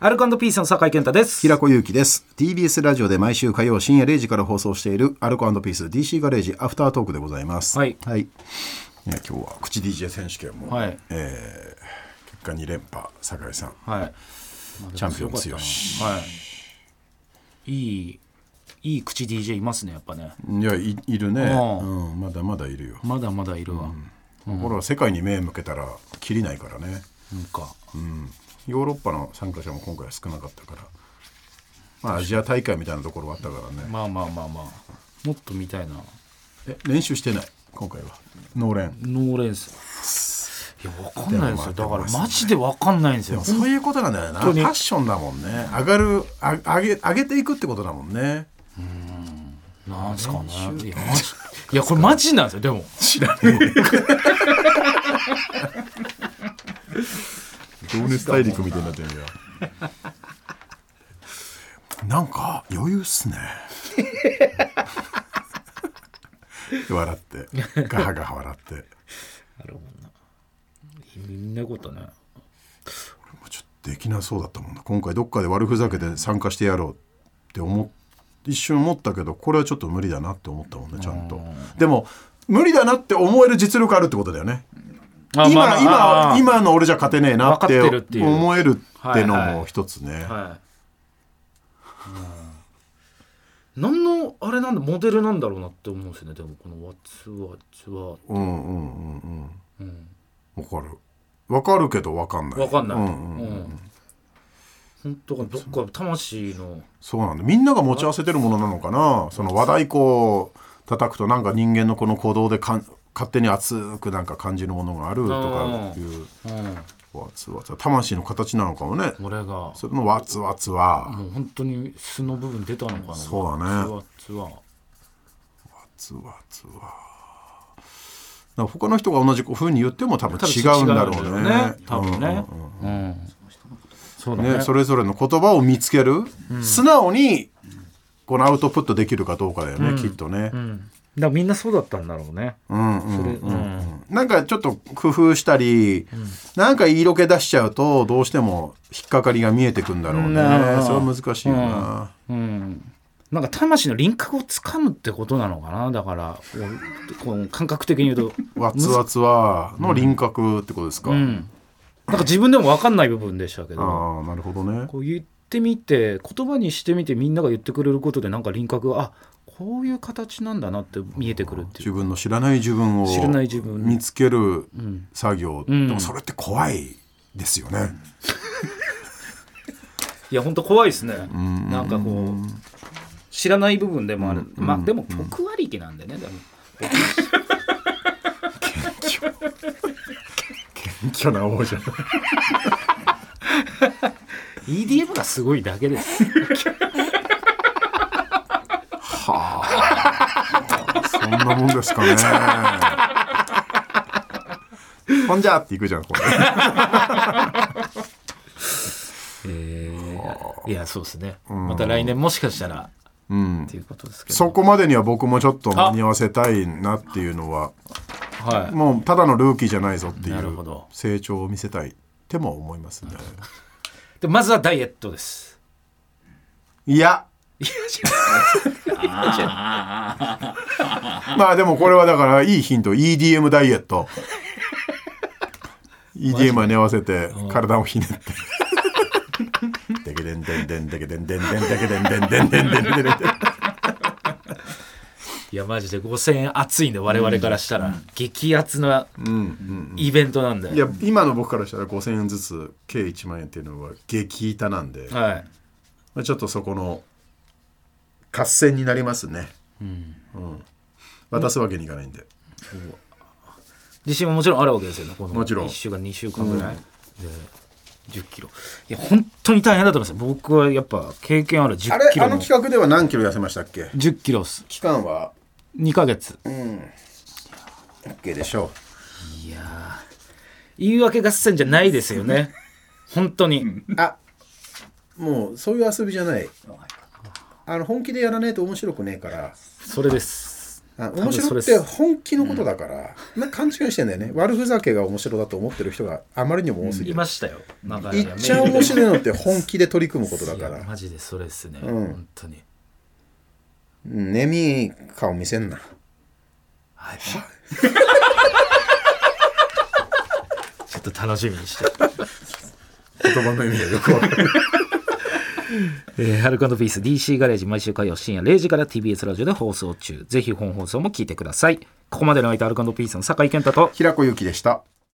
アルコピースの酒井健太です。平子祐希です TBS ラジオで毎週火曜深夜0時から放送しているアルコピース DC ガレージアフタートークでございますはいはい、いや今日は口 DJ 選手権も、はいえー結果2連覇酒井さんはい。チャンピオン強しはい。いい、いい口 DJ いますね、やっぱね。いやいいるね、うんうん、まだまだいるよ、まだまだいるわ。これは世界に目向けたらきりないからねなんか、ヨーロッパの参加者も今回は少なかったからまあアジア大会みたいなところはあったからね、まあまあまあまあ、もっと見たいな。え練習してない今回はノーレンノーレンス。いや、わかんないんですよ。でだもかまあら、マジでわかんないんですよ。そういうことなんだよな。フ本当にァッションだもんね。上がる、あ上げ、上げていくってことだもんね。なんすかね。いや、マジいやこれマジなんですよ、でも。知らねえ。情熱大陸みたいになってるよ。なんか余裕っすね。 笑って、ガハガハ笑って。みんなことね。ちょっとできなそうだったもんな。今回どっかで悪ふざけで参加してやろうって思っ一瞬思ったけどこれはちょっと無理だなって思ったもんねちゃんとでも無理だなって思える実力あるってことだよねあ今、まあまあ今今の俺じゃ勝てねえなっ分かっててるっていう思えるってのはいはもい一つね、はい。何のあれなんだモデルなんだろうなって思うんですよねでもこの「ワッツワッツワうんうんうんうんわかるわかるけどわかんないわかんないうんうんうん本当かどっか魂のそうなんだみんなが持ち合わせてるものなのかなその和太鼓を叩くとなんか人間のこの鼓動でかん勝手に熱くなんか感じるものがあるとかいううんわつわつ魂の形なのかもねこれがもそれのわつわつわう本当に素の部分出たのかなそうだねワッツワッツワわつわつわだから他の人が同じ風に言っても多分多分違うんだろうね多分ねうんそうだねねそれぞれの言葉を見つける、素直にこのアウトプットできるかどうかだよね、きっとね、うんだからみんなそうだったんだろうねうんうんそれうんなんかちょっと工夫したり、なんか色気出しちゃうとどうしても引っかかりが見えてくんだろうね、なるほどそれは難しいよな、うん、なんか魂の輪郭をつかむってことなのかなだからこうこう感覚的に言うと、わつわつわの輪郭ってことですか、うん、なんか自分でも分かんない部分でしたけどああなるほどねこう言ってみて言葉にしてみてみんなが言ってくれることでなんか輪郭があこういう形なんだなって見えてくるってい自う、分の知らない自分を知らない自分見つけるうん、作業、うんでもそれって怖いですよね、いや本当怖いですね、んなんかこう知らない部分でもある、まあでも曲ありきなんでねでも謙虚な王者 EDM がすごいだけですそんなもんです かねほんじゃっていくじゃ んこれえー、いやそうですね、また来年もしかしたら、っていうことですけどそこまでには僕もちょっと間に合わせたいなっていうのははいもうただのルーキーじゃないぞっていなるうほど成長を見せたいっても思いますねでまずはダイエット ですいやまあでもこれはだからいいヒント EDM ダイエット EDM に合わせて体をひねって「でけでんでんでんでけでんでんでんでけでんでんでんでんでんでんでん」いやマジで5000円熱いんで我々からしたら、激熱なイベントなんで、いや今の僕からしたら5,000円ずつ計1万円っていうのは激板なんではいまあちょっとそこの合戦になりますねうん、渡すわけにいかないんで、自信ももちろんあるわけですよねこのもちろん1週間2週間ぐらい、で1 0キロいや本当に大変だと思います僕はやっぱ経験ある1あ0キれあロのの企画では何キロ痩せましたっけ10キロっす期間は2ヶ月 OK でしょ言い訳合戦じゃないですよ ね本当に、うあもうそういう遊びじゃないあの本気でやらないと面白くねえからそれですあ分面白っそれてっす本気のことだから、なんか勘違いしてんだよね悪ふざけが面白だと思ってる人があまりにも多すぎいるましたよなんかいっちゃ面白いのって本気で取り組むことだかいやらマジでそれですね、うん本当にうんねみ顔見せんなはい ちょっと楽しみにして言葉の意味がよくわかるえー、ハルカンドピース DC ガレージ毎週火曜深夜0時から TBS ラジオで放送中ぜひ本放送も聞いてくださいここまでの相手ハルカンドピースの酒井健太と 平子ゆきでした